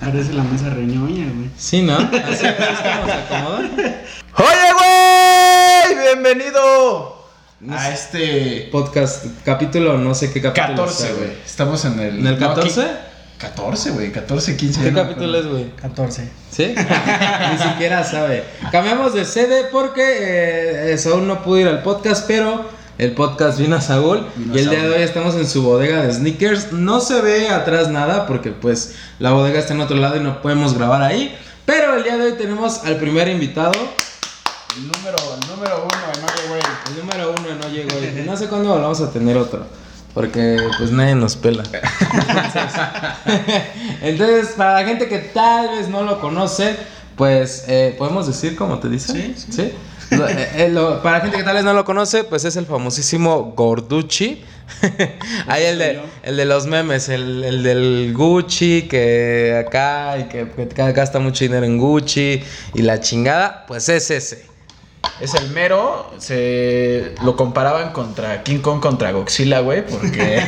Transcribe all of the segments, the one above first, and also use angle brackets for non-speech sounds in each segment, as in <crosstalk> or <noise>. Parece la mesa reñoña, güey. Sí, ¿no? Así es como se acomoda. ¡Oye, güey! ¡Bienvenido! No A sé. este. Podcast, capítulo, no sé qué capítulo. 14, está, güey. Estamos en el. ¿En el no, 14? aquí- 14, güey. 14, 15. ya ¿Qué no me capítulo es, acuerdo. güey? 14. <laughs> ¿Sí? Ni siquiera sabe. Cambiamos de sede porque eh, eh, Saúl no pudo ir al podcast, pero el podcast vino a Saúl. Vino y a el día de Saúl. hoy estamos en su bodega de sneakers. No se ve atrás nada porque pues la bodega está en otro lado y no podemos grabar ahí. Pero el día de hoy tenemos al primer invitado. El número, el número uno, el Oye, güey. El número uno no llegó. y No sé cuándo volvamos a tener otro. Porque pues nadie nos pela. Entonces, <laughs> entonces, para la gente que tal vez no lo conoce, pues eh, podemos decir como te dicen. Sí, sí. Lo- eh, eh, lo- para la gente que tal vez no lo conoce, pues es el famosísimo Gorducci. <laughs> Ahí el de, Soy yo. el de los memes, el, el del Gucci, que acá, y que, que gasta mucho dinero en Gucci y la chingada, pues es ese. Es el mero. Se lo comparaban contra King Kong contra Godzilla, güey, <laughs> porque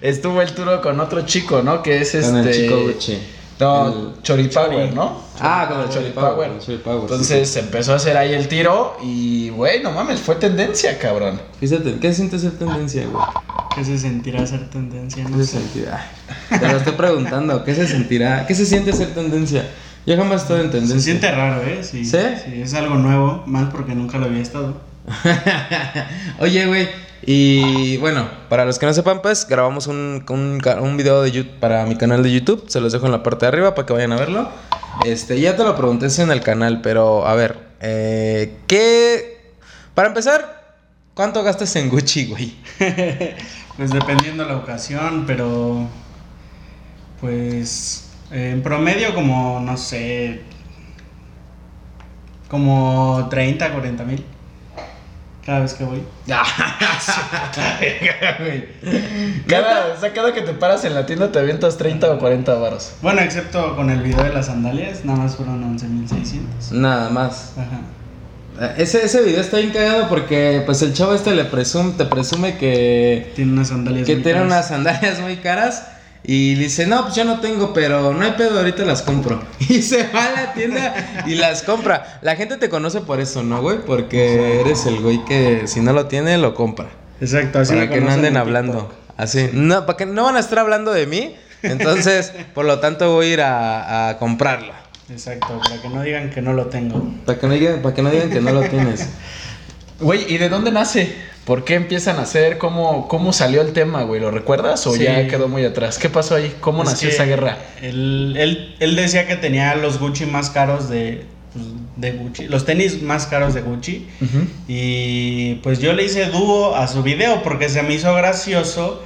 estuvo el turo con otro chico, ¿no? Que es este. Con el chico Gucci. No, El- Chori Power, ¿no? Ah, con el Chori Chori Power. Power, el Chori Power, Entonces se empezó a hacer ahí el tiro y, güey, no mames, fue tendencia, cabrón. Fíjate, ¿qué sientes ser tendencia, güey? ¿Qué se sentirá ser tendencia? ¿Qué No se sé. sentirá? Te lo estoy preguntando, ¿qué se sentirá? ¿Qué se siente ser tendencia? Yo jamás he estado en tendencia. Se siente raro, ¿eh? Sí, ¿Sí? es algo nuevo, más porque nunca lo había estado. Oye, güey, y bueno, para los que no sepan, pues grabamos un, un, ca- un video de YouTube para mi canal de YouTube, se los dejo en la parte de arriba para que vayan a verlo. Este, ya te lo pregunté sí, en el canal, pero a ver, eh, ¿qué? Para empezar, ¿cuánto gastas en Gucci, güey? Pues dependiendo la ocasión, pero. Pues. eh, En promedio, como, no sé. Como 30, 40 mil. Cada vez que voy. cada, o sea, cada que te paras en la tienda te avientas 30 o 40 varos. Bueno, excepto con el video de las sandalias, nada más fueron 11.600. Nada más. Ajá. Eh, Ese, ese video está bien cagado porque pues el chavo este le presume, te presume que, Tiene unas sandalias. que muy tiene caras. unas sandalias muy caras y le dice, no, pues yo no tengo, pero no hay pedo, ahorita las compro. <laughs> Y se va a la tienda y las compra. La gente te conoce por eso, ¿no, güey? Porque eres el güey que si no lo tiene, lo compra. Exacto, así para me que no conocen anden en hablando. Así. No, para que no van a estar hablando de mí. Entonces, por lo tanto, voy a ir a, a comprarlo. TikTok. Exacto, para que no digan que no lo tengo. Para que, no digan, para que no digan que no lo tienes. Güey, ¿y de dónde nace? ¿Por qué empiezan a hacer? ¿Cómo, cómo salió el tema, güey? ¿Lo recuerdas o Sí. ya quedó muy atrás? ¿Qué pasó ahí? ¿Cómo Es nació que esa guerra? Él, él, él decía que tenía los Gucci más caros de, pues, de Gucci, los tenis más caros de Gucci. Ujú. Y pues yo le hice dúo a su video porque se me hizo gracioso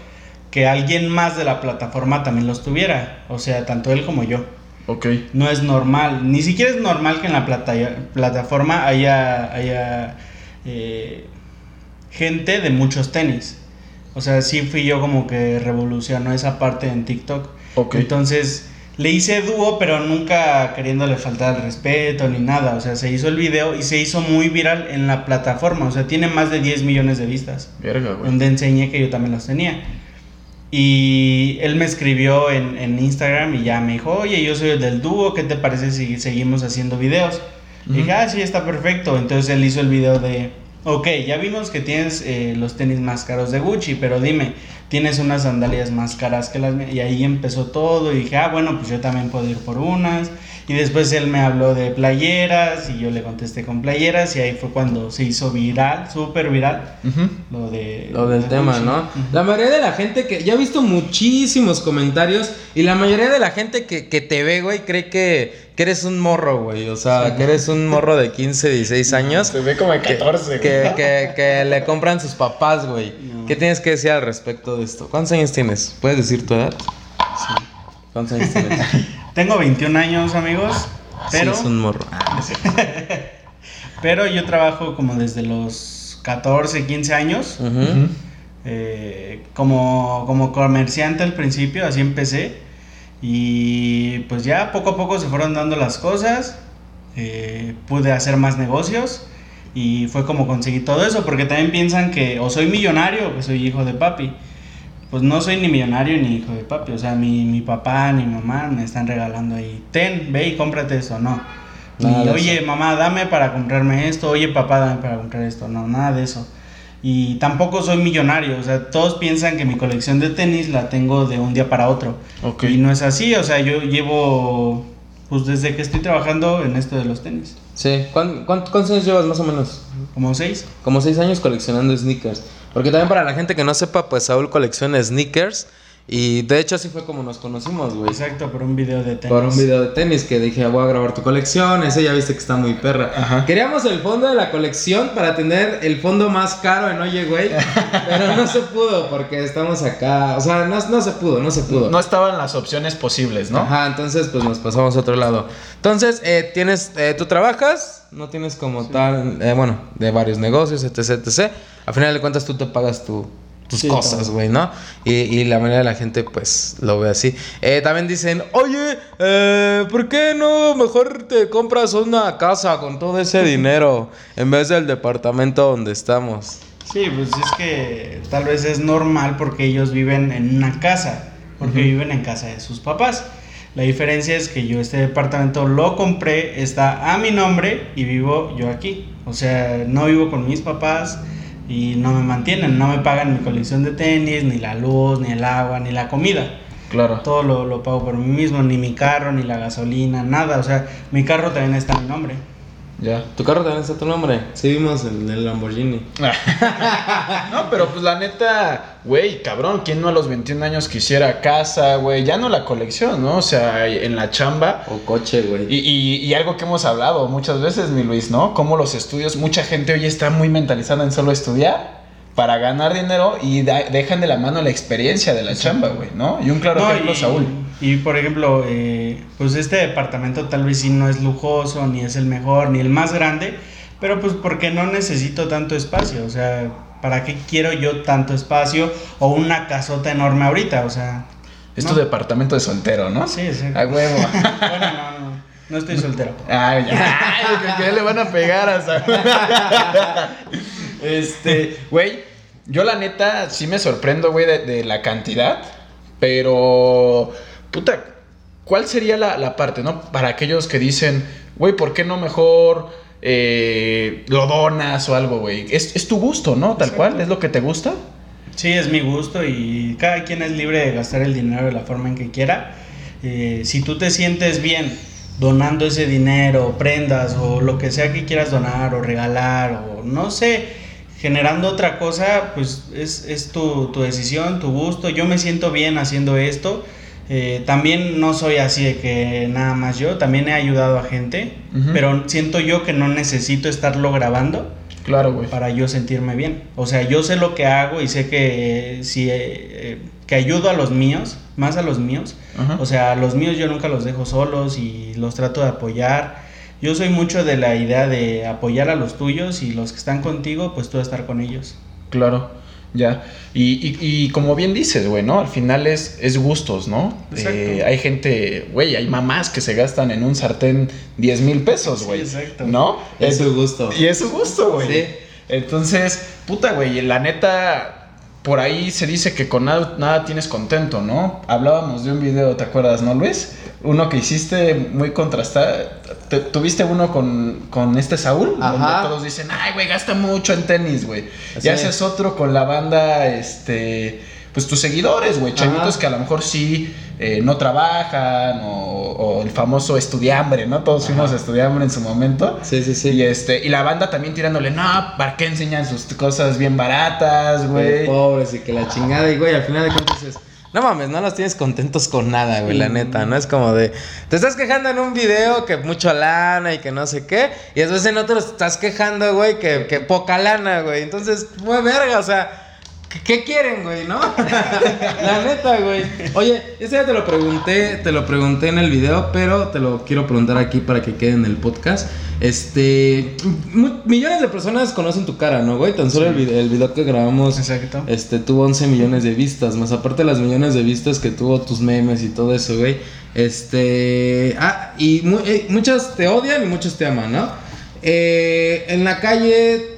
que alguien más de la plataforma también los tuviera. O sea, tanto él como yo. Ok. No es normal, ni siquiera es normal que en la plata- plataforma haya, haya eh, gente de muchos tenis. O sea, sí fui yo como que revolucionó esa parte en TikTok. Ok. Entonces le hice dúo, pero nunca queriéndole faltar al respeto ni nada. O sea, se hizo el video y se hizo muy viral en la plataforma. O sea, tiene más de 10 millones de vistas Verga, güey. donde enseñé que yo también los tenía. Y él me escribió en, en Instagram y ya me dijo, oye, yo soy el del dúo, ¿qué te parece si seguimos haciendo videos? Y Ujú. dije, ah, sí, está perfecto. Entonces él hizo el video de, ok, ya vimos que tienes eh, los tenis más caros de Gucci, pero dime, tienes unas sandalias más caras que las mías. Y ahí empezó todo y dije, ah, bueno, pues yo también puedo ir por unas. Y después él me habló de playeras y yo le contesté con playeras y ahí fue cuando se hizo viral, súper viral. Ujú. Lo de. Lo del de tema, Gucci. ¿no? La mayoría de la gente que. Ya he visto muchísimos comentarios. Y la mayoría de la gente que, que te ve, güey, cree que, que eres un morro, güey. O sea, que eres un morro de 15, 16 años. Se ve como de 14, güey. Que, que- que le compran sus papás, güey. No. ¿Qué tienes que decir al respecto de esto? ¿Cuántos años tienes? ¿Puedes decir tu edad? Sí. ¿Cuántos años tienes? Tengo 21 años, amigos. <laughs> Pero, Sí, es un morro. Ah, pero yo trabajo como desde los 14, 15 años. ujú. Ujú. eh, como, como comerciante al principio, así empecé. Y pues ya poco a poco se fueron dando las cosas. eh, pude hacer más negocios. Y fue como conseguí todo eso. Porque también piensan que o soy millonario o que soy hijo de papi. pues no soy ni millonario ni hijo de papi. O sea, mi, mi papá ni mi mamá me están regalando ahí. Ten, ve y cómprate eso, no. Ni, Nada de oye, mamá, dame para comprarme esto. Oye, papá, dame para comprar esto. No, nada de eso. Y tampoco soy millonario. O sea, todos piensan que mi colección de tenis la tengo de un día para otro. Ok. Y no es así. O sea, yo llevo, pues desde que estoy trabajando en esto de los tenis. Sí. ¿Cuán- cuánto- ¿Cuántos años llevas más o menos? Como seis. Como seis años coleccionando sneakers. Porque también para la gente que no sepa, pues Saúl colecciona sneakers. Y de hecho así fue como nos conocimos, güey. Exacto, por un video de tenis. Por un video de tenis que dije, "Ah, voy a grabar tu colección. Ese ya viste que está muy perra. Ajá. Queríamos el fondo de la colección para tener el fondo más caro en Oye, güey. pero no se pudo porque estamos acá. O sea, no, no se pudo, no se pudo. No estaban las opciones posibles, ¿no? Ajá, entonces pues nos pasamos a otro lado. Entonces, eh, tienes, eh, tú trabajas, no tienes como tal, eh, bueno, de varios negocios, etc, etc. Al final de cuentas tú te pagas tu- tus Sí, cosas, claro. güey, ¿no? Y, y la mayoría de la gente pues lo ve así. Eh, también dicen, oye, eh, ¿por qué no mejor te compras una casa con todo ese dinero en vez del departamento donde estamos? Sí, pues es que tal vez es normal porque ellos viven en una casa, porque viven en casa de sus papás. La diferencia es que yo este departamento lo compré, está a mi nombre y vivo yo aquí. O sea, no vivo con mis papás y no me mantienen, no me pagan mi colección de tenis, ni la luz, ni el agua, ni la comida. Claro. Todo lo, lo pago por mí mismo, ni mi carro, ni la gasolina, nada. O sea, mi carro también está a mi nombre. Ya. ¿Tu carro también está a tu nombre? Sí, vimos el, el Lamborghini. <laughs> No, pero pues la neta, güey, cabrón, ¿quién no a los 21 años quisiera casa, güey? Ya no la colección, ¿no? O sea, en la chamba. O coche, güey. Y, y- y algo que hemos hablado muchas veces, mi Luis, ¿no? Como los estudios, mucha gente hoy está muy mentalizada en solo estudiar para ganar dinero y da- dejan de la mano la experiencia de la chamba, güey, ¿no? Y un claro No, ejemplo, y, Saúl. y, por ejemplo, eh, pues este departamento tal vez sí no es lujoso, ni es el mejor, ni el más grande, pero pues porque no necesito tanto espacio, o sea, ¿para qué quiero yo tanto espacio o una casota enorme ahorita? O sea, Es no. tu departamento de soltero, ¿no? Sí, sí. A huevo. <laughs> Bueno, no, no, no estoy soltero. Ay, ya. Ay, creo que ya le van a pegar a Saúl. <laughs> Este, güey, yo la neta sí me sorprendo, güey, de, de la cantidad, pero, puta, ¿cuál sería la, la parte, no? Para aquellos que dicen, güey, ¿por qué no mejor eh, lo donas o algo, güey? Es, es tu gusto, ¿no? Tal cual, es lo que te gusta. Sí, es mi gusto y cada quien es libre de gastar el dinero de la forma en que quiera. Eh, si tú te sientes bien donando ese dinero, prendas o lo que sea que quieras donar o regalar o no sé, generando otra cosa, pues es, es tu, tu decisión, tu gusto. Yo me siento bien haciendo esto. Eh, también no soy así de que nada más yo, también he ayudado a gente, Ujú. pero siento yo que no necesito estarlo grabando Claro, güey. para yo sentirme bien. O sea, yo sé lo que hago y sé que eh, si eh, eh, que ayudo a los míos, más a los míos. Ajá. O sea, a los míos yo nunca los dejo solos y los trato de apoyar. Yo soy mucho de la idea de apoyar a los tuyos y los que están contigo, pues tú estar con ellos. Claro, ya. Y, y- y como bien dices, güey, ¿no? Al final es, es gustos, ¿no? Exacto. Eh, hay gente, güey, hay mamás que se gastan en un sartén 10 mil pesos, Sí, güey. exacto. ¿No? Es su gusto. Y es su gusto, güey. Sí. Entonces, puta, güey, la neta, por ahí se dice que con nada, nada tienes contento, ¿no? Hablábamos de un video, ¿te acuerdas, no, Luis? Uno que hiciste muy contrastado. Te- Tuviste uno con, con este Saúl, Ajá. donde todos dicen, ay, güey, gasta mucho en tenis, güey. Así Y haces es. otro con la banda, este. Pues tus seguidores, güey, Ajá. chavitos que a lo mejor sí eh, no trabajan o, o el famoso estudiambre, ¿no? Todos fuimos estudiambre en su momento. Sí, sí, sí. Y este, y la banda también tirándole, no, ¿para qué enseñan sus cosas bien baratas, güey? Pobres y que la chingada, y güey, al final de cuentas es. No mames, no los tienes contentos con nada, güey, la neta, ¿no? Es como de. Te estás quejando en un video que mucho lana y que no sé qué, y después en otro te estás quejando, güey, que, que poca lana, güey. Entonces, fue verga, o sea, ¿qué, qué quieren, güey, no? <laughs> la neta, güey. Oye, este ya te lo pregunté, te lo pregunté en el video, pero te lo quiero preguntar aquí para que quede en el podcast. Este. mu- Millones de personas conocen tu cara, ¿no, güey? Tan solo el, video, el video que grabamos. Exacto. Este tuvo 11 millones de vistas, más aparte de las millones de vistas que tuvo tus memes y todo eso, güey. Este. Ah, y mu- eh, muchos te odian y muchos te aman, ¿no? Eh, en la calle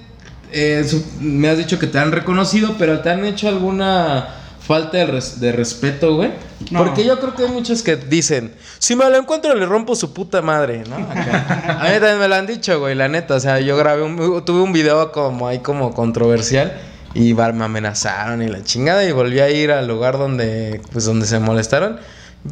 eh, su- me has dicho que te han reconocido, pero ¿te han hecho alguna falta de, res- de respeto, güey. No. Porque yo creo que hay muchos que dicen, si me lo encuentro le rompo su puta madre, ¿no? Acá. A mí también me lo han dicho, güey, la neta. O sea, yo grabé un, tuve un video como ahí como controversial y va- me amenazaron y la chingada y volví a ir al lugar donde, pues, donde se molestaron.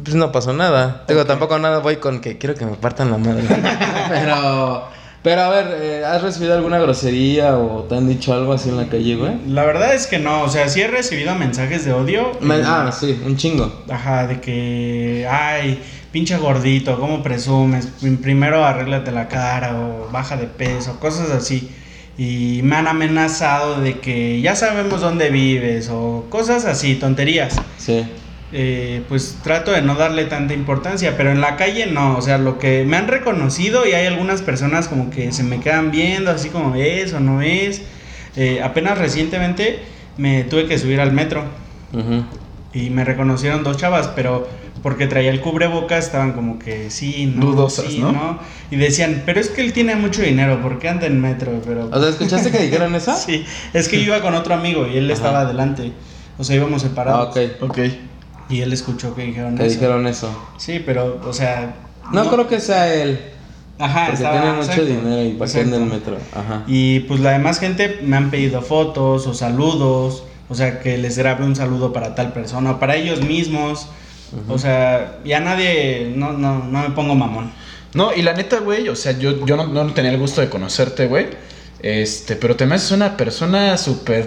Pues no pasó nada. Digo, tampoco nada voy con que quiero que me partan la madre. <laughs> pero, pero a ver, eh, ¿has recibido alguna grosería o te han dicho algo así en la calle, güey? La verdad es que no, o sea, sí he recibido mensajes de odio. Me- ah, sí, un chingo. Ajá, de que, ay, pinche gordito, ¿cómo presumes? Prim- Primero arréglate la cara o baja de peso, cosas así. Y me han amenazado de que ya sabemos dónde vives o cosas así, tonterías. Sí. Eh, pues trato de no darle tanta importancia, pero en la calle no, o sea, lo que me han reconocido y hay algunas personas como que se me quedan viendo, así como es o no es. Eh, apenas recientemente me tuve que subir al metro. Ujú. Y me reconocieron dos chavas, pero porque traía el cubrebocas estaban como que sí, no. Dudosas, sí, ¿no? Y decían, pero es que él tiene mucho dinero, ¿por qué anda en metro? Pero. O sea, ¿escuchaste que dijeron eso? sí, es que yo iba con otro amigo y él estaba adelante. O sea, íbamos Ah, separados. ok. Ok. Y él escuchó que dijeron Te eso. dijeron eso. Sí, pero, o sea. No, creo que sea él. Ajá, porque estaba- tiene mucho Ah, exacto, dinero y pasó en exacto. el metro. Ajá. Y pues la demás gente me han pedido fotos o saludos, o sea, que les grabe un saludo para tal persona, o para ellos mismos. O sea, ya nadie, no, no, no me pongo mamón. No, y la neta, güey, o sea, yo, yo no, no tenía el gusto de conocerte, güey. Este, pero te me haces una persona súper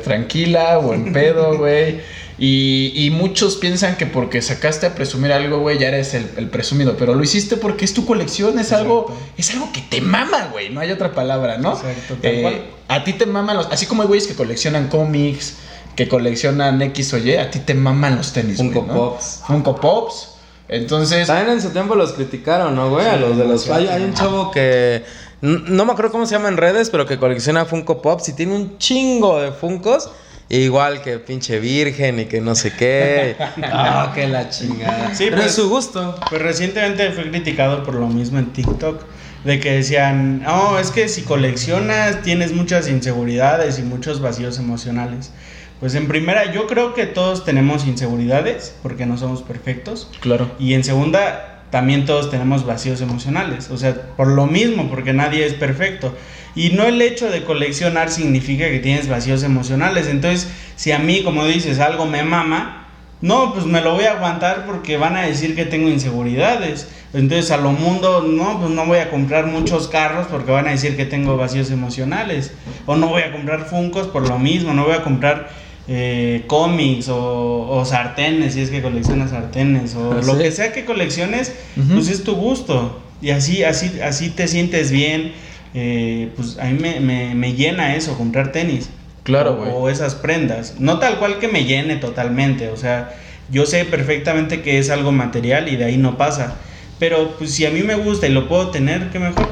<laughs> tranquila, buen pedo, güey. Y, y muchos piensan que porque sacaste a presumir algo, güey, ya eres el, el presumido. Pero lo hiciste porque es tu colección, es algo, Exacto. es algo que te mama, güey. No hay otra palabra, ¿no? Exacto, tal Eh, cual. A ti te maman los. Así como hay güeyes que coleccionan cómics, que coleccionan X o Y, a ti te maman los tenis, güey. Funko ¿no? Pops. Funko Pops. Entonces. Ah. También en su tiempo los criticaron, ¿no, güey? A los de los. Hay, hay un chavo que. n- No me acuerdo cómo se llama en redes, pero que colecciona Funko Pops y tiene un chingo de Funcos. Igual que pinche virgen y que no sé qué. <laughs> Ah, que la chingada. Sí, pero pues- es su gusto. Pues recientemente fui criticado por lo mismo en TikTok, de que decían, no, es que si coleccionas tienes muchas inseguridades y muchos vacíos emocionales. Pues en primera, yo creo que todos tenemos inseguridades, porque no somos perfectos. Claro. Y en segunda, también todos tenemos vacíos emocionales. O sea, por lo mismo, porque nadie es perfecto. Y no el hecho de coleccionar significa que tienes vacíos emocionales. Entonces, si a mí, como dices, algo me mama, no, pues me lo voy a aguantar porque van a decir que tengo inseguridades. Entonces, a lo mundo, no, pues no voy a comprar muchos carros porque van a decir que tengo vacíos emocionales. O no voy a comprar funcos por lo mismo, no voy a comprar eh, cómics o, o sartenes, si es que coleccionas sartenes, o Ah, lo sí. que sea que colecciones, Ujú. pues es tu gusto. Y así, así, así te sientes bien. eh, pues a mí me, me- me llena eso, comprar tenis. Claro, O- güey. O esas prendas. No tal cual que me llene totalmente. O sea, yo sé perfectamente que es algo material y de ahí no pasa. Pero pues si a mí me gusta y lo puedo tener, qué mejor.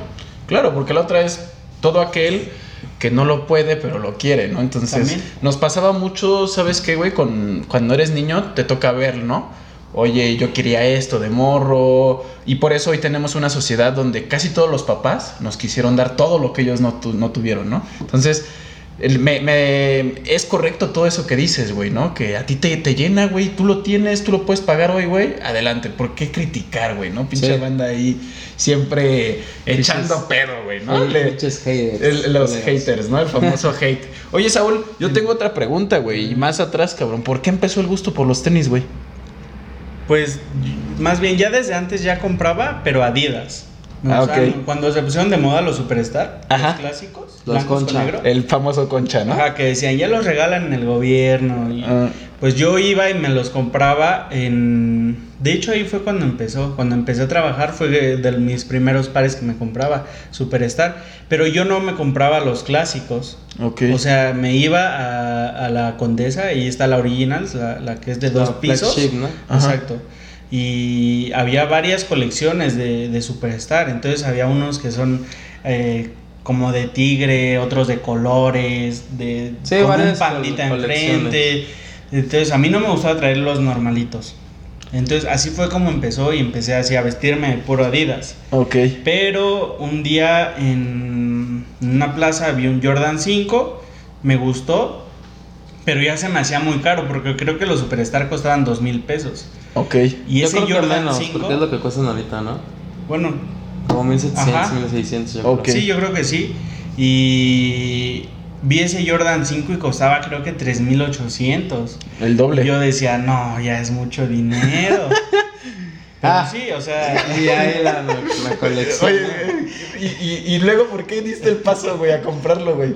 Claro, porque la otra es todo aquel que no lo puede, pero lo quiere, ¿no? Entonces, También. nos pasaba mucho, ¿sabes qué, güey? Con, cuando eres niño, te toca ver, ¿no? Oye, yo quería esto de morro. Y por eso hoy tenemos una sociedad donde casi todos los papás nos quisieron dar todo lo que ellos no, tu- no tuvieron, ¿no? Entonces, el- me- me- es correcto todo eso que dices, güey, ¿no? Que a ti te, te llena, güey, tú lo tienes, tú lo puedes pagar hoy, güey. Adelante, ¿por qué criticar, güey, no? Pinche Sí. banda ahí siempre echando pedo, güey, ¿no? Le- Pinches haters. el- los Culeros. haters, ¿no? <laughs> El famoso hate. Oye, Saúl, yo tengo otra pregunta, güey. Y más atrás, cabrón. ¿Por qué empezó el gusto por los tenis, güey? Pues más bien ya desde antes ya compraba, pero Adidas. Ah, O sea, ok. Cuando se pusieron de moda los Superstar, Ajá. los clásicos, Los blancos con concha. negro. El famoso concha, ¿no? Ajá, que decían, ya los regalan en el gobierno. y- Ah, Pues yo iba y me los compraba en... De hecho ahí fue cuando empezó. Cuando empecé a trabajar fue de, de mis primeros pares que me compraba, Superstar. Pero yo no me compraba los clásicos. ok. O sea, me iba a, a la Condesa, y está la Originals, la, la que es de La dos pisos. flagship, ¿no? Ajá. Exacto. Y había varias colecciones de, de Superstar. Entonces había unos que son eh, como de tigre, otros de colores, de Sí, con un varias pandita col- enfrente. Entonces a mí no me gustaba traer los normalitos. Entonces así fue como empezó y empecé así a vestirme de puro Adidas. ok. Pero un día en una plaza vi un Jordan 5, me gustó, Pero ya se me hacía muy caro porque creo que los Superstar costaban dos mil pesos. Ok. Y ese creo que Jordan menos, 5, Porque es lo que cuestan ahorita, ¿no? bueno, Como 1700, Ajá. 1600. Yo Ok. creo. sí, yo creo que sí. Y vi ese Jordan 5 y costaba creo que 3800. El doble. Yo decía, no, ya es mucho <laughs> dinero. Pero Ah. sí, o sea, Y ahí la, la colección. Oye, y, y- y luego, ¿por qué diste el paso, güey, a comprarlo, güey?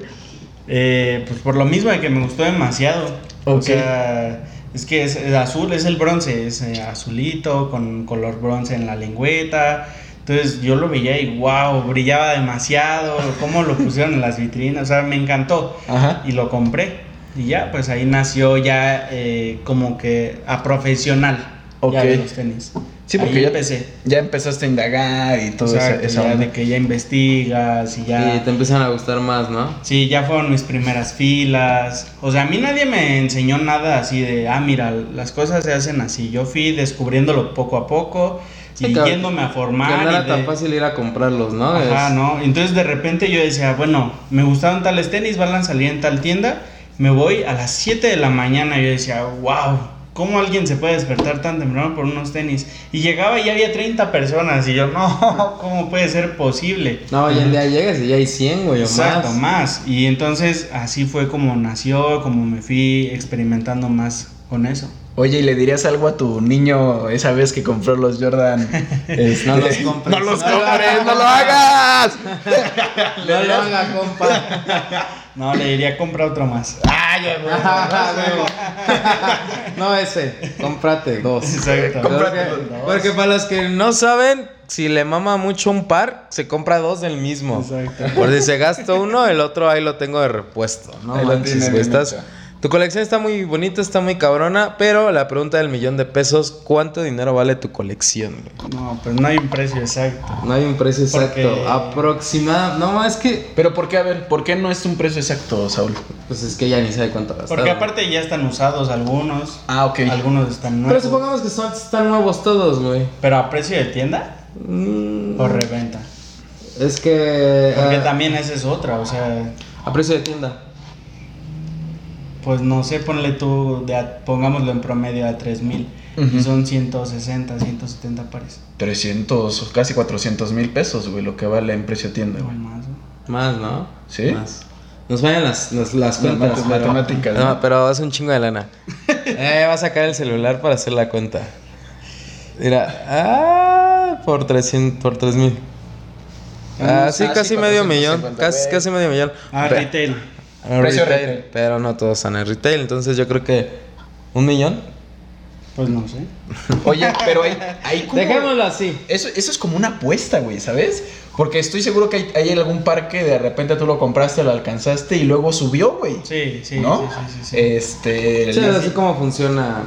eh, pues por lo mismo de que me gustó demasiado. O Ok. sea, es que es, es azul, es el bronce, es eh, azulito, con color bronce en la lengüeta. Entonces yo lo veía y wow, brillaba demasiado, cómo lo pusieron en las vitrinas, o sea, me encantó. Ajá. Y lo compré. Y ya, pues ahí nació ya eh, como que a profesional. Ok. Ya de los tenis. Sí, porque ahí ya- empecé. Ya empezaste a indagar y todo o sea, esa, esa ya onda. de que ya investigas y ya. Y te empiezan a gustar más, ¿no? Sí, ya fueron mis primeras filas. O sea, a mí nadie me enseñó nada así de, ah, mira, las cosas se hacen así. Yo fui descubriéndolo poco a poco Sí, y claro. yéndome a que formar. no era y tan de- fácil ir a comprarlos, ¿no? Ajá, Es- ¿no? Entonces de repente yo decía, bueno, me gustaron tales tenis, van a salir en tal tienda, me voy a las 7 de la mañana. Yo decía, wow, ¿cómo alguien se puede despertar tan temprano por unos tenis? Y llegaba y ya había 30 personas y yo, no, <laughs> ¿cómo puede ser posible? No, hoy en día llegas y ya hay 100, güey, o Exacto, más. más. Y entonces así fue como nació, como me fui experimentando más con eso. <laughs> Oye, ¿y le dirías algo a tu niño esa vez que compró <laughs> los Jordan? Este, <laughs> No los compres. No los No lo compres, hagas. no lo hagas. <laughs> No lo haga, compa. No, le diría compra otro más. Ah, Ay, ya, güey. Ajá, güey. <laughs> no ese, cómprate dos. <laughs> Exacto. Cómprate Porque, dos. porque para los que no saben, si le mama mucho un par, se compra dos del mismo. Exacto. Por si se gasta uno, el otro ahí lo tengo de repuesto. No Ahí lo tiene, manches, güey. Benito. Estás- Tu colección está muy bonita, está muy cabrona, pero la pregunta del millón de pesos, ¿cuánto dinero vale tu colección? güey? No, pues no hay un precio exacto. No hay un precio Porque- exacto. Aproximada, no, es que, Pero ¿por qué? A ver, ¿por qué no es un precio exacto, Saúl? pues es que ya ni sabe cuánto gastar. Porque aparte ya están usados algunos. Ah, ok. Algunos están Pero nuevos. supongamos que son, están nuevos todos, güey. ¿Pero a precio de tienda Mm, o reventa. Es que... Porque ah, también esa es otra, o sea, a precio de tienda. pues no sé, ponle tú, de a- pongámoslo en promedio a 3000 Ujú. y son 160, 170 pares. 300, o casi 400 mil pesos, güey, lo que vale en precio tienda, O <laughs> güey. más, ¿no? Más, ¿no? ¿Sí? Más. Nos vayan las, las, las cuentas. Las matemáticas, Pero, ¿no? no, pero es un chingo <laughs> de lana. eh, va a sacar el celular para hacer la cuenta. Mira, ah, por 300, por 3000. Ah, sí, Ah, sí, casi medio 450, millón. Casi, güey. casi medio millón. Ah, Pe- retail. ah, Precio retail, retail. Pero no todos están en retail. Entonces yo creo que un millón. Pues no sé. Oye, pero ahí, ahí como- Dejémoslo así. Eso, eso es como una apuesta, güey, ¿sabes? Porque estoy seguro que hay, hay algún parque de repente tú lo compraste, lo alcanzaste y luego subió, güey. Sí, sí, ¿No? sí, sí, sí, sí. Este. el- Sí, es así como funciona.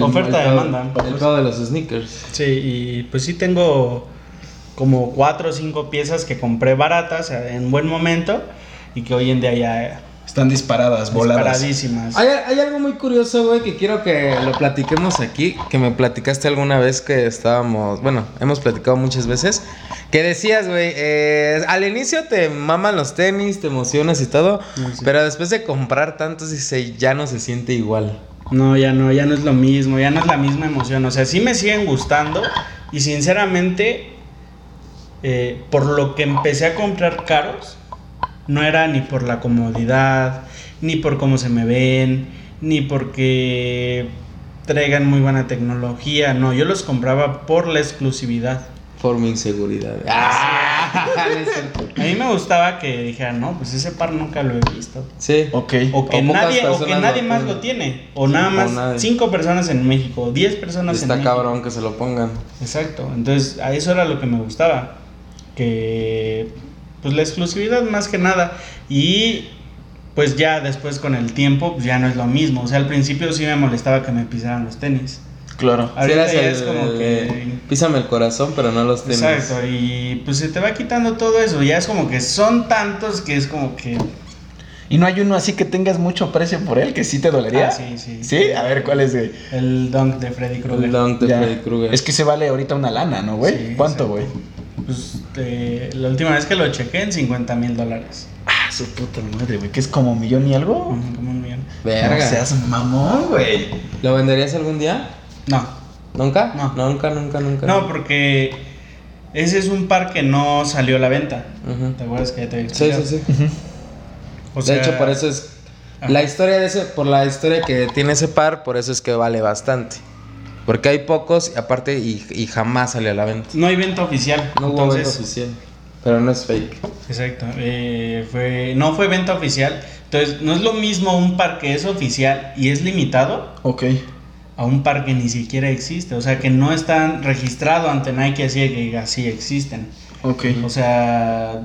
Oferta, pedo- demanda. El pedo de los sneakers. Sí, y pues sí tengo como cuatro o cinco piezas que compré baratas eh, en buen momento y que hoy en día ya eh, Están disparadas, voladas. disparadísimas. Hay, hay algo muy curioso, güey, que quiero que lo platiquemos aquí, que me platicaste alguna vez que estábamos, bueno, hemos platicado muchas veces, que decías, güey, eh, al inicio te maman los tenis, te emocionas y todo, Sí. pero después de comprar tantos dice, ya no se siente igual. No, ya no, ya no es lo mismo, ya no es la misma emoción. O sea, sí me siguen gustando y sinceramente, eh, por lo que empecé a comprar caros, no era ni por la comodidad, ni por cómo se me ven, ni porque traigan muy buena tecnología. No, yo los compraba por la exclusividad. Por mi inseguridad. Ah, <laughs> no es cierto. A mí me gustaba que dijeran, no, pues ese par nunca lo he visto. sí. Ok. O que, O pocas nadie, o que personas nadie lo más tienen. lo tiene. O Sí, nada o nadie. más 5 personas en México, 10 Y personas en Está México. cabrón que se lo pongan. Exacto, entonces a eso era lo que me gustaba, que pues la exclusividad más que nada y pues ya después con el tiempo pues, ya no es lo mismo, o sea al principio sí me molestaba que me pisaran los tenis, Claro. Sí, ahorita eras ya el- es como que eh, Písame el corazón, pero no los tenis. exacto y pues se te va quitando todo eso, ya es como que son tantos que es como que Y no hay uno así que tengas mucho precio por él, que sí te dolería. Ah, sí, sí. Sí, a ver cuál es, güey. el dunk de Freddy El Krueger, dunk de Ya. Freddy Krueger. Es que se vale ahorita una lana, ¿no, güey? Sí, ¿Cuánto, exacto. güey? pues eh, la última vez que lo chequé en 50 mil dólares. Ah, su puta madre, güey. Que es como un millón y Oh. algo. Ujú, como un millón. Verga. No seas mamón, güey. ¿Lo venderías algún día? No. ¿Nunca? No. Nunca, nunca, nunca. No, porque ese es un par que no salió a la venta. Ujú. ¿Te acuerdas que ya te había Sí, explicado? sí, sí. O sea, de hecho, por eso es. Ajá. La historia de ese, por la historia que tiene ese par, por eso es que vale bastante. Porque hay pocos, y aparte, y, y jamás sale a la venta. No hay venta oficial. No hubo entonces, venta oficial. Pero no es fake. Exacto. eh, fue, no fue venta oficial. Entonces, no es lo mismo un par que es oficial y es limitado Ok. a un par que ni siquiera existe. O sea, que no están registrado ante Nike así de que diga, sí existen. Ok. O sea,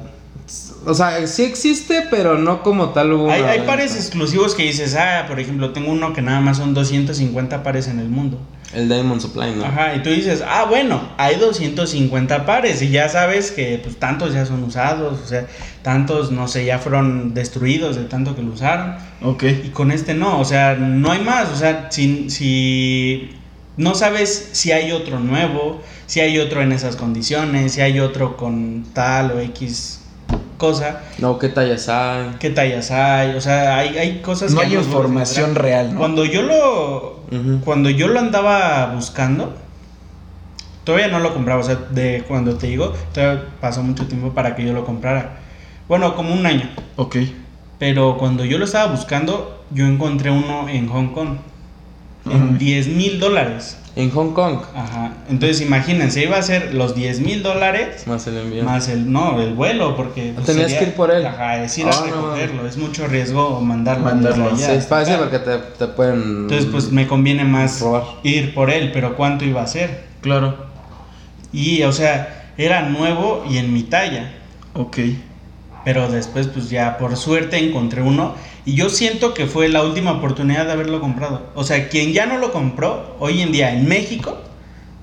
O sea, sí existe, pero no como tal hubo. Hay, una hay venta. pares exclusivos que dices, ah, por ejemplo, tengo uno que nada más son 250 pares en el mundo. El Diamond Supply, ¿no? Ajá, y tú dices, ah, bueno, hay 250 pares y ya sabes que pues tantos ya son usados, o sea, tantos, no sé, ya fueron destruidos de tanto que lo usaron. Ok. Y con este no, o sea, no hay más, o sea, si, si no sabes si hay otro nuevo, si hay otro en esas condiciones, si hay otro con tal o X cosa, No, ¿qué Ah, tallas hay? qué tallas hay, o sea, hay, hay cosas No que hay no puedes información encontrar. real, ¿no? Cuando yo lo Ujú. cuando yo lo andaba buscando todavía no lo compraba, o sea, de cuando te digo, todavía pasó mucho tiempo para que yo lo comprara. Bueno, como un año, Ok. pero cuando yo lo estaba buscando, yo encontré uno en Hong Kong Ujú. en 10 mil dólares. En Hong Kong. Ajá. Entonces imagínense, iba a ser los 10 mil dólares Más el envío. más el no, el vuelo, porque pues, Tenías que ir por él. Ajá, es ir Ah, a no, no. recogerlo, es mucho riesgo mandarlo. Mandarlo, desde Sí, allá. es fácil porque te, te pueden. Entonces, pues me conviene más Robar. ir por él, pero ¿cuánto iba a ser? Claro. Y, o sea, era nuevo y en mi talla. Ok. Pero después, pues ya por suerte encontré uno. Y yo siento que fue la última oportunidad de haberlo comprado. O sea, quien ya no lo compró, hoy en día en México,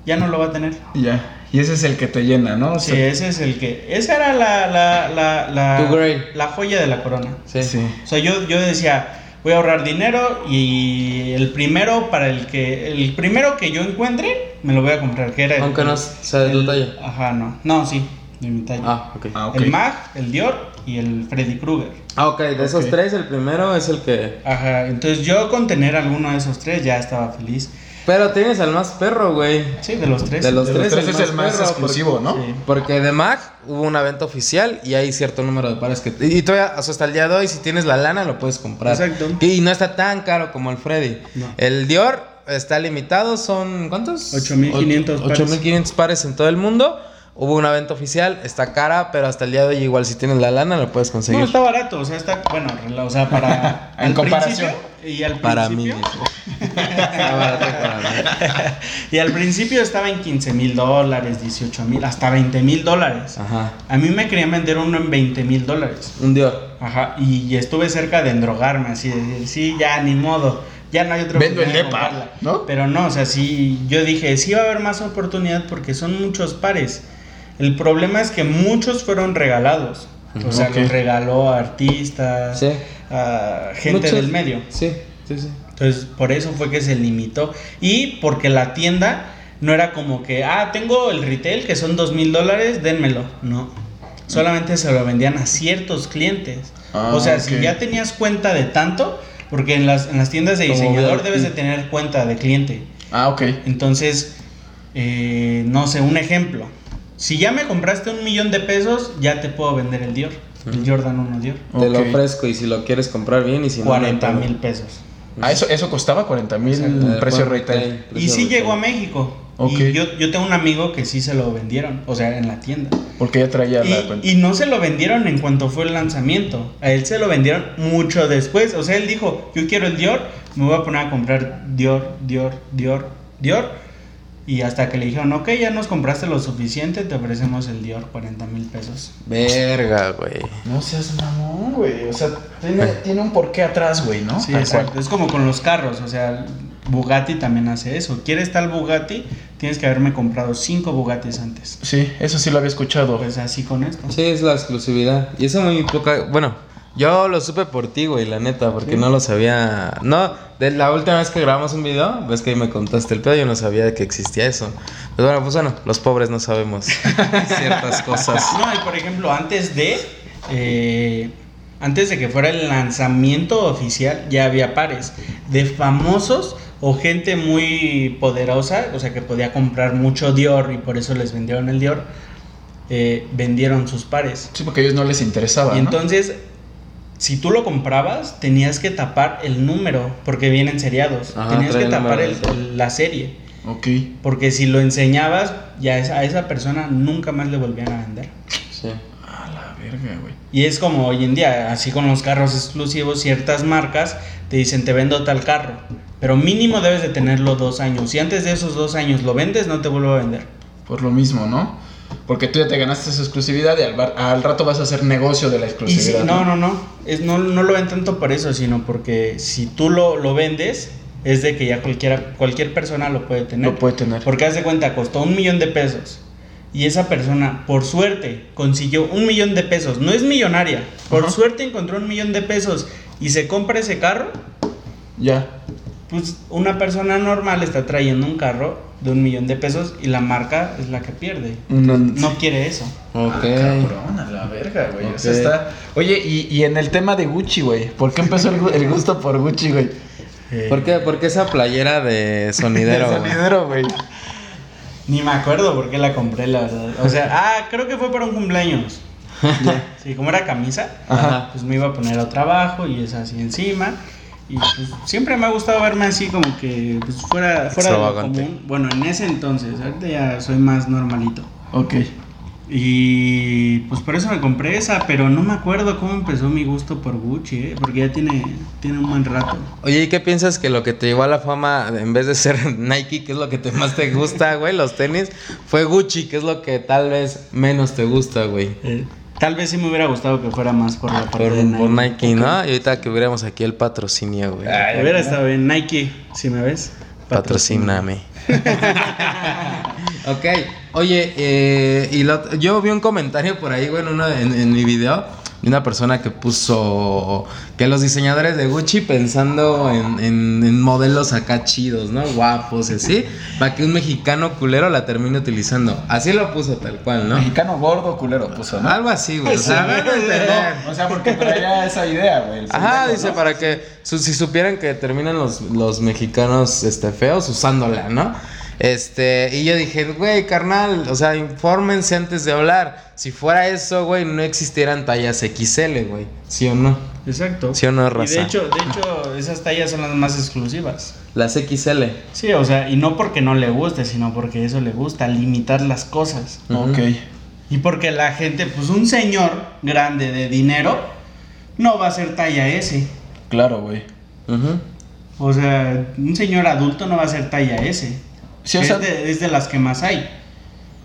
ya no lo va a tener. Ya. Y ese es el que te llena, ¿no? O Sí, sea, ese es el que. Esa era la, la, la, Tu la, Grail. la joya de la corona. Sí. Sí. O sea, yo, yo decía, voy a ahorrar dinero y el primero para el que el primero que yo encuentre me lo voy a comprar, que era el- Aunque no sea de tu el- talla. Ajá, no. No, sí, de mi talla. Ah, ok. Ah, ok. El Mag, el Dior y el Freddy Krueger. Ah, ok. De esos Ok. tres, el primero es el que. Ajá, entonces yo con tener alguno de esos tres ya estaba feliz. Pero tienes al más perro, güey. Sí, de los tres. De los De tres, tres es el más perro, exclusivo, ¿no? Sí. Porque de Mag hubo una venta oficial y hay cierto número de pares que. Y, y todavía, o sea, hasta el día de hoy, si tienes la lana, lo puedes comprar. Exacto. Y, y no está tan caro como el Freddy. No. El Dior está limitado, son. ¿Cuántos? 8,500 pares. 8500 pares en todo el mundo. Hubo una venta oficial, está cara, pero hasta el día de hoy, igual, si tienes la lana, lo puedes conseguir. No, está barato, o sea, está, bueno, rela- o sea, <laughs> para... En al comparación. principio- Y al para mí. principio, mismo. Está barato para mí. Y al principio estaba en 15 mil dólares, 18 mil, hasta 20 mil dólares. Ajá. A mí me querían vender uno en 20 mil dólares. Un Dior. Ajá, y estuve cerca de endrogarme, así de decir, sí, ya, ni modo, ya no hay otra Vendo el oportunidad de depa, comprarla". ¿no? Pero no, o sea, sí, yo dije, sí va a haber más oportunidad porque son muchos pares. El problema es que muchos fueron regalados. O sea, Ok. los regaló a artistas, Sí. a gente Muchos- del medio. Sí, sí, sí. Entonces, por eso fue que se limitó. Y porque la tienda no era como que, ah, tengo el retail que son dos mil dólares, dénmelo. No. Solamente se lo vendían a ciertos clientes. Ah, o sea, ok. si ya tenías cuenta de tanto, porque en las, en las tiendas de Como diseñador VIP. debes de tener cuenta de cliente. Ah, ok. Entonces, eh, no sé, un ejemplo. Si ya me compraste un millón de pesos, ya te puedo vender el Dior. El Jordan 1 Dior. Te lo Ok. ofrezco y si lo quieres comprar bien y si no, no. 40 no. mil pesos. Ah, eso, eso costaba 40 Exacto. mil Eh, precio bueno, retail. ok, Y precio sí retail. llegó a México. Ok. Y yo, yo tengo un amigo que sí se lo vendieron, o sea, en la tienda. Porque ya traía la cuenta. Y, y no se lo vendieron en cuanto fue el lanzamiento. A él se lo vendieron mucho después. O sea, él dijo, yo quiero el Dior, me voy a poner a comprar Dior, Dior, Dior, Dior. Y hasta que le dijeron, ok, ya nos compraste lo suficiente, te ofrecemos el Dior 40 mil pesos. Verga, güey. No seas mamón, güey. O sea, tiene, tiene un porqué atrás, güey, ¿no? Sí, Tal exacto. cual. Es como con los carros, o sea, Bugatti también hace eso. ¿Quieres tal Bugatti? Tienes que haberme comprado cinco Bugattis antes. Sí, eso sí lo había escuchado. Pues así con esto. Sí, es la exclusividad. Y eso muy poca. Bueno, yo lo supe por ti, güey, la neta, porque no lo sabía. No, de la última vez que grabamos un video, ves que ahí me contaste el pedo, yo no sabía de que existía eso. Pero bueno, pues bueno, los pobres no sabemos <laughs> ciertas cosas. No, y por ejemplo, antes de. eh, antes de que fuera el lanzamiento oficial, ya había pares de famosos o gente muy poderosa, o sea, que podía comprar mucho Dior y por eso les vendieron el Dior, eh, vendieron sus pares. Sí, porque a ellos no les Ah, interesaba. Y ¿no? entonces, si tú lo comprabas, tenías que tapar el número, porque vienen seriados. Ajá, tenías trae que el tapar número el- del la serie. Ok. Porque si lo enseñabas, ya a esa- a esa persona nunca más le volvían a vender. <laughs> Sí. A la verga, güey. Y es como hoy en día, así con los carros exclusivos, ciertas marcas te dicen te vendo tal carro, pero mínimo debes de tenerlo dos años. Si antes de esos dos años lo vendes, no te vuelvo a vender. Por lo mismo, ¿no? Porque tú ya te ganaste esa exclusividad y al, bar- al rato vas a hacer negocio de la Y si, exclusividad. no, no, no, es, no, no lo ven tanto por eso, sino porque si tú lo, lo vendes, es de que ya cualquiera, cualquier persona lo puede tener. Lo puede tener. Porque haz de cuenta, costó un millón de pesos. Y esa persona, por suerte, consiguió un millón de pesos. No es millonaria. Por Ajá. suerte encontró un millón de pesos y se compra ese carro. Ya. Pues una persona normal está trayendo un carro de un millón de pesos y la marca es la que pierde. No quiere eso. Ok. Cabrón, a la verga, güey. O sea, Ok. está... Oye, y, y en el tema de Gucci, güey. ¿Por qué empezó el, gu- el gusto por Gucci, güey? ¿Por qué, por qué esa playera de sonidero? El güey? sonidero, güey. Ni me acuerdo por qué la compré, la verdad. O sea, <laughs> ah, creo que fue para un cumpleaños. <laughs> Sí, como era camisa, Ajá. pues me iba a poner a trabajo y es así encima. Y pues, siempre me ha gustado verme así como que pues, fuera, fuera de lo Extravagante. común. Bueno, en ese entonces, ahorita ya soy más normalito. Ok. Y pues por eso me compré esa, pero no me acuerdo cómo empezó mi gusto por Gucci, ¿eh? porque ya tiene, tiene un buen rato. Oye, ¿y qué piensas que lo que te llevó a la fama, en vez de ser <laughs> Nike, que es lo que te más te gusta, güey, los tenis, fue Gucci, que es lo que tal vez menos te gusta, güey? Eh, tal vez sí me hubiera gustado que fuera más por la parte Por, de Nike. por Nike, ¿no? Y ahorita que hubiéramos aquí el patrocinio, güey. Ay, hubiera estado bien, Nike, si me ves. Patrocíname. ok, oye, eh, y la ot- yo vi un comentario por ahí, güey, en, una- en- en mi video, de una persona que puso que los diseñadores de Gucci pensando en, en- en modelos acá chidos, ¿no? Guapos y así, para que un mexicano culero la termine utilizando. Así lo puso tal cual, ¿no? Mexicano gordo culero puso, ¿no? Algo así, güey. O sea, dame a entender. O sea, porque <laughs> traía esa idea, güey. el Ajá, pendejo, dice, ¿no? para que su- si supieran que terminan los, los mexicanos este, feos usándola, ¿no? Este, y yo dije, güey, carnal, o sea, infórmense antes de hablar. Si fuera eso, güey, no existieran tallas XL, güey. ¿Sí o no? Exacto. ¿Sí o no, Y de raza? hecho, de hecho, esas tallas son las más exclusivas. Las XL. Sí, o sea, y no porque no le guste, sino porque eso le gusta, limitar las cosas. Ok. Y porque la gente, pues un señor grande de dinero, no va a ser talla S. Claro, güey. Ujú. O sea, un señor adulto no va a ser talla S. Sí, o es, sea- de, es de las que más hay.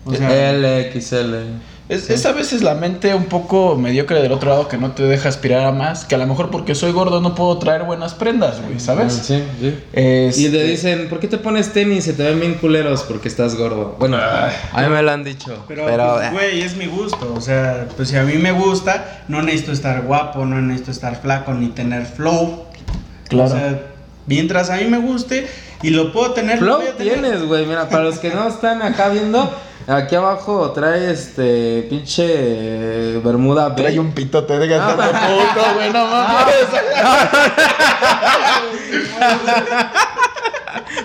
O sea, LXL. Es, es a veces la mente un poco mediocre del otro lado que no te deja aspirar a más, que a lo mejor porque soy gordo no puedo traer buenas prendas, güey, ¿sabes? Mm, Sí, sí. Este- Y te dicen, ¿por qué te pones tenis? Se te ven bien culeros porque estás gordo. Bueno, a mí me lo han dicho. pero, Pero, eh. pues, güey, es mi gusto. O sea, pues si a mí me gusta, no necesito estar guapo, no necesito estar flaco, ni tener flow. O Claro. sea, mientras a mí me guste y lo puedo tener, lo Flow voy a tener. tienes, güey. Mira, para los que no están acá viendo, aquí abajo trae este pinche eh, Bermuda B. Trae un pitote de gato No. puto, güey, <laughs> no mames. <laughs>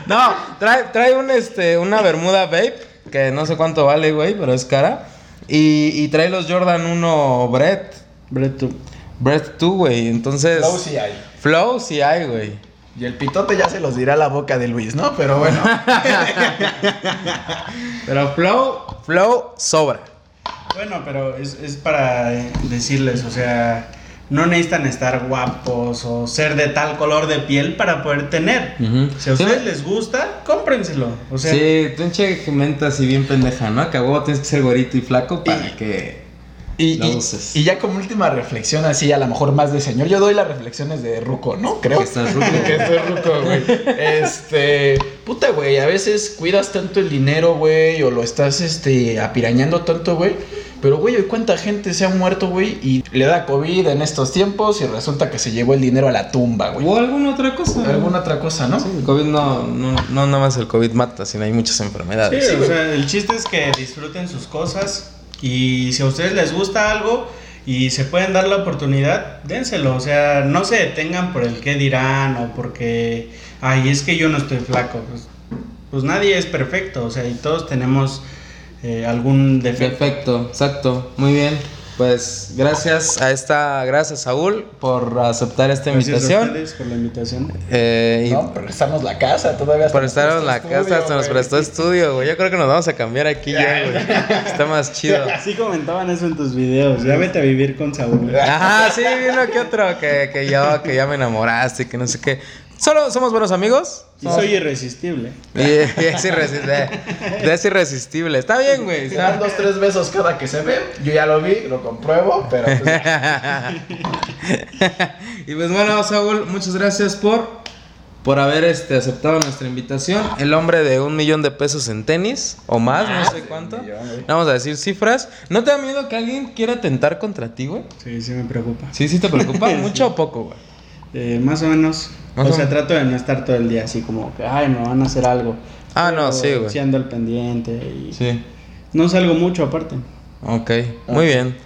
No, trae, trae un este, una Bermuda Vape, que no sé cuánto vale, güey, pero es cara. Y, y trae los Jordan 1 Brett. Brett 2, güey. Entonces. Flow sí hay. Flow sí hay, güey. Y el pitote ya se los dirá la boca de Luis, ¿no? Pero <laughs> bueno. Pero Flow, Flow sobra. Bueno, pero es, es para eh, decirles, o sea, no necesitan estar guapos o ser de tal color de piel para poder tener. Ujú. Si a ustedes Sí, les gusta, cómprenselo. O sea, sí, pinche menta así bien pendeja, ¿no? Que a huevo tienes que ser gorito y flaco para que. Y, La y- uses. y ya como última reflexión, así a lo mejor más de señor, yo doy las reflexiones de Ruco, ¿no? Creo. Que estás ruco. <laughs> que estoy ruco, güey. Este, puta, güey, a veces cuidas tanto el dinero, güey, o lo estás, este, apirañando tanto, güey. Pero, güey, hoy cuánta gente se ha muerto, güey, y le da COVID en estos tiempos y resulta que se llevó el dinero a la tumba, güey. O alguna otra cosa. Alguna otra cosa, ¿no? Sí, el COVID no, no, no nada más el COVID mata, sino hay muchas Sí, enfermedades. o sea, el chiste es que disfruten sus cosas y si a ustedes les gusta algo y se pueden dar la oportunidad, dénselo. O sea, no se detengan por el qué dirán o porque, ay, es que yo no estoy flaco. Pues, pues nadie es perfecto, o sea, y todos tenemos eh, algún defecto. Perfecto, exacto. Muy bien. Pues gracias a esta, gracias Saúl por aceptar esta Gracias a invitación. ustedes por la invitación. Eh, y No, pero estamos la casa todavía. hasta por nos estar en prestó la estudio, casa, hasta nos güey. prestó estudio, güey. Yo creo que nos vamos a cambiar aquí ya, güey. Está más chido. <laughs> Sí comentaban eso en tus videos, ya vete a vivir con <laughs> Saúl. Ajá, sí, uno que otro, que, que yo, que ya me enamoraste, que no sé qué. Solo somos buenos amigos. Y soy irresistible. Y, <laughs> y es irresistible. Es irresistible. Está bien, <laughs> güey. Se dan está- dos, tres besos cada que se ve. Yo ya lo vi, lo compruebo, pero pues, y pues bueno, Saúl, muchas gracias por, por haber este, aceptado nuestra invitación. El hombre de un millón de pesos en tenis, o más, no sé cuánto. un millón, güey. No vamos a decir cifras. ¿No te da miedo que alguien quiera tentar contra ti, güey? Sí, sí me preocupa. Sí, sí, te preocupa mucho o poco, güey. Eh, más o menos. Más o o sea, menos. trato de no estar todo el día así como que, ay, me van a hacer algo. Ah, no, Pero sí, güey. Siendo al pendiente y... Sí. No salgo mucho aparte. Ok, muy bien.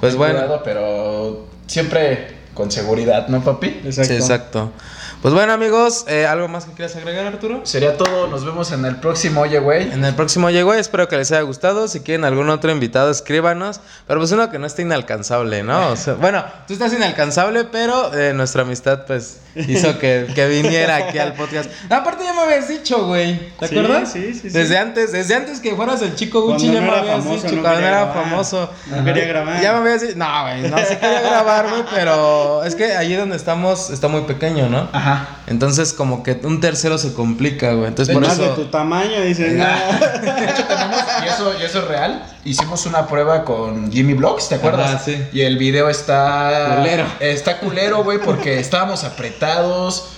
Pues bueno. cuidado, pero siempre con seguridad, ¿no, papi? Exacto. Sí, exacto. Pues bueno, amigos, eh, ¿algo más que quieras agregar, Arturo? Sería todo. Nos vemos en el próximo, oye, güey. En el próximo llegó, espero que les haya gustado. Si quieren algún otro invitado, escríbanos. Pero pues uno que no esté inalcanzable, ¿no? O sea, bueno, tú estás inalcanzable, pero eh, nuestra amistad pues hizo que, que viniera aquí al podcast. No, aparte ya me habías dicho, güey. ¿Te Sí, acuerdas? sí, sí, sí. Desde antes, desde antes que fueras el chico Gucci Cuando no ya me era habías famoso, dicho, no cuando quería era grabar. famoso. No quería grabar. Ya me habías dicho, no, güey, no se quería grabar, güey, pero es que allí donde estamos está muy pequeño, ¿no? Ajá. Entonces como que un tercero se complica, güey. Entonces Es por más eso... de tu tamaño, dicen. "Ah". <laughs> Y eso, y eso es real. Hicimos una prueba con Jimmy Blogs, ¿te acuerdas? Ajá, sí. Y el video está. Culero. Está culero, güey, porque estábamos apretados.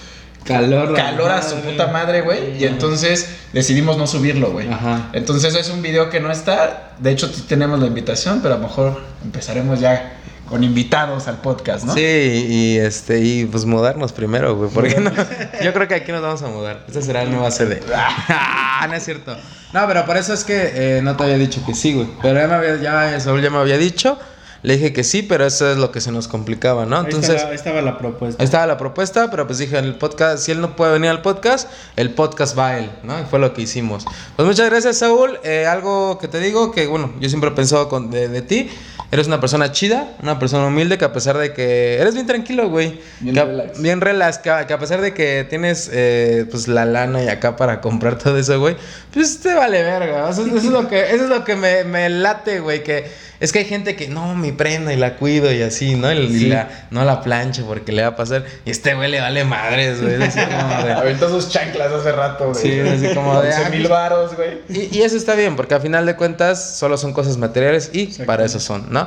Calor. la Calor a su madre. puta madre, güey. Y entonces decidimos no subirlo, güey. Ajá. Entonces es un video que no está. De hecho, sí tenemos la invitación, pero a lo mejor empezaremos ya con invitados al podcast, ¿no? Sí, y este, y pues mudarnos primero, güey, porque no, <laughs> yo creo que aquí nos vamos a mudar. Esta será la nueva sede. <laughs> Ah, no es cierto. No, pero por eso es que eh, no te había dicho que sí, güey. Pero ya me había, ya Saúl ya me había dicho, le dije que sí, pero eso es lo que se nos complicaba, ¿no? Ahí Entonces, estaba, estaba la propuesta. Ahí estaba la propuesta, pero pues dije en el podcast, si él no puede venir al podcast, el podcast va a él, ¿no? Y fue lo que hicimos. Pues muchas gracias, Saúl. Eh, algo que te digo, que bueno, yo siempre he pensado con- de, de ti, eres una persona chida, una persona humilde, que a pesar de que eres bien tranquilo, güey. Bien Que a- relax. Bien relax, que, a- que a pesar de que tienes eh, pues la lana y acá para comprar todo eso, güey, pues te vale verga. O sea, eso es lo que, eso es lo que me, me late, güey, que es que hay gente que no, mi prenda y la cuido y así, ¿no? Y, y Sí. la, no la plancho porque le va a pasar. Y este güey le vale madres, güey. Es así como de- Aventó sus chanclas hace rato, güey. Sí, es así como de, 11 ah, mil varos, güey. y, y eso está bien, porque a final de cuentas solo son cosas materiales y para eso son, ¿no?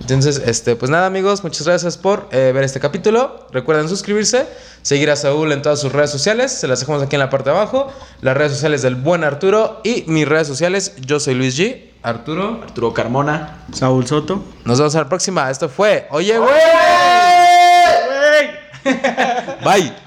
Entonces, este, pues nada amigos, muchas gracias por eh, ver este capítulo. Recuerden suscribirse, seguir a Saúl en todas sus redes sociales, se las dejamos aquí en la parte de abajo, las redes sociales del buen Arturo y mis redes sociales, yo soy Luis G. Arturo. Arturo Carmona. Saúl Soto. Nos vemos a la próxima, esto fue, oye, güey. <laughs> Bye.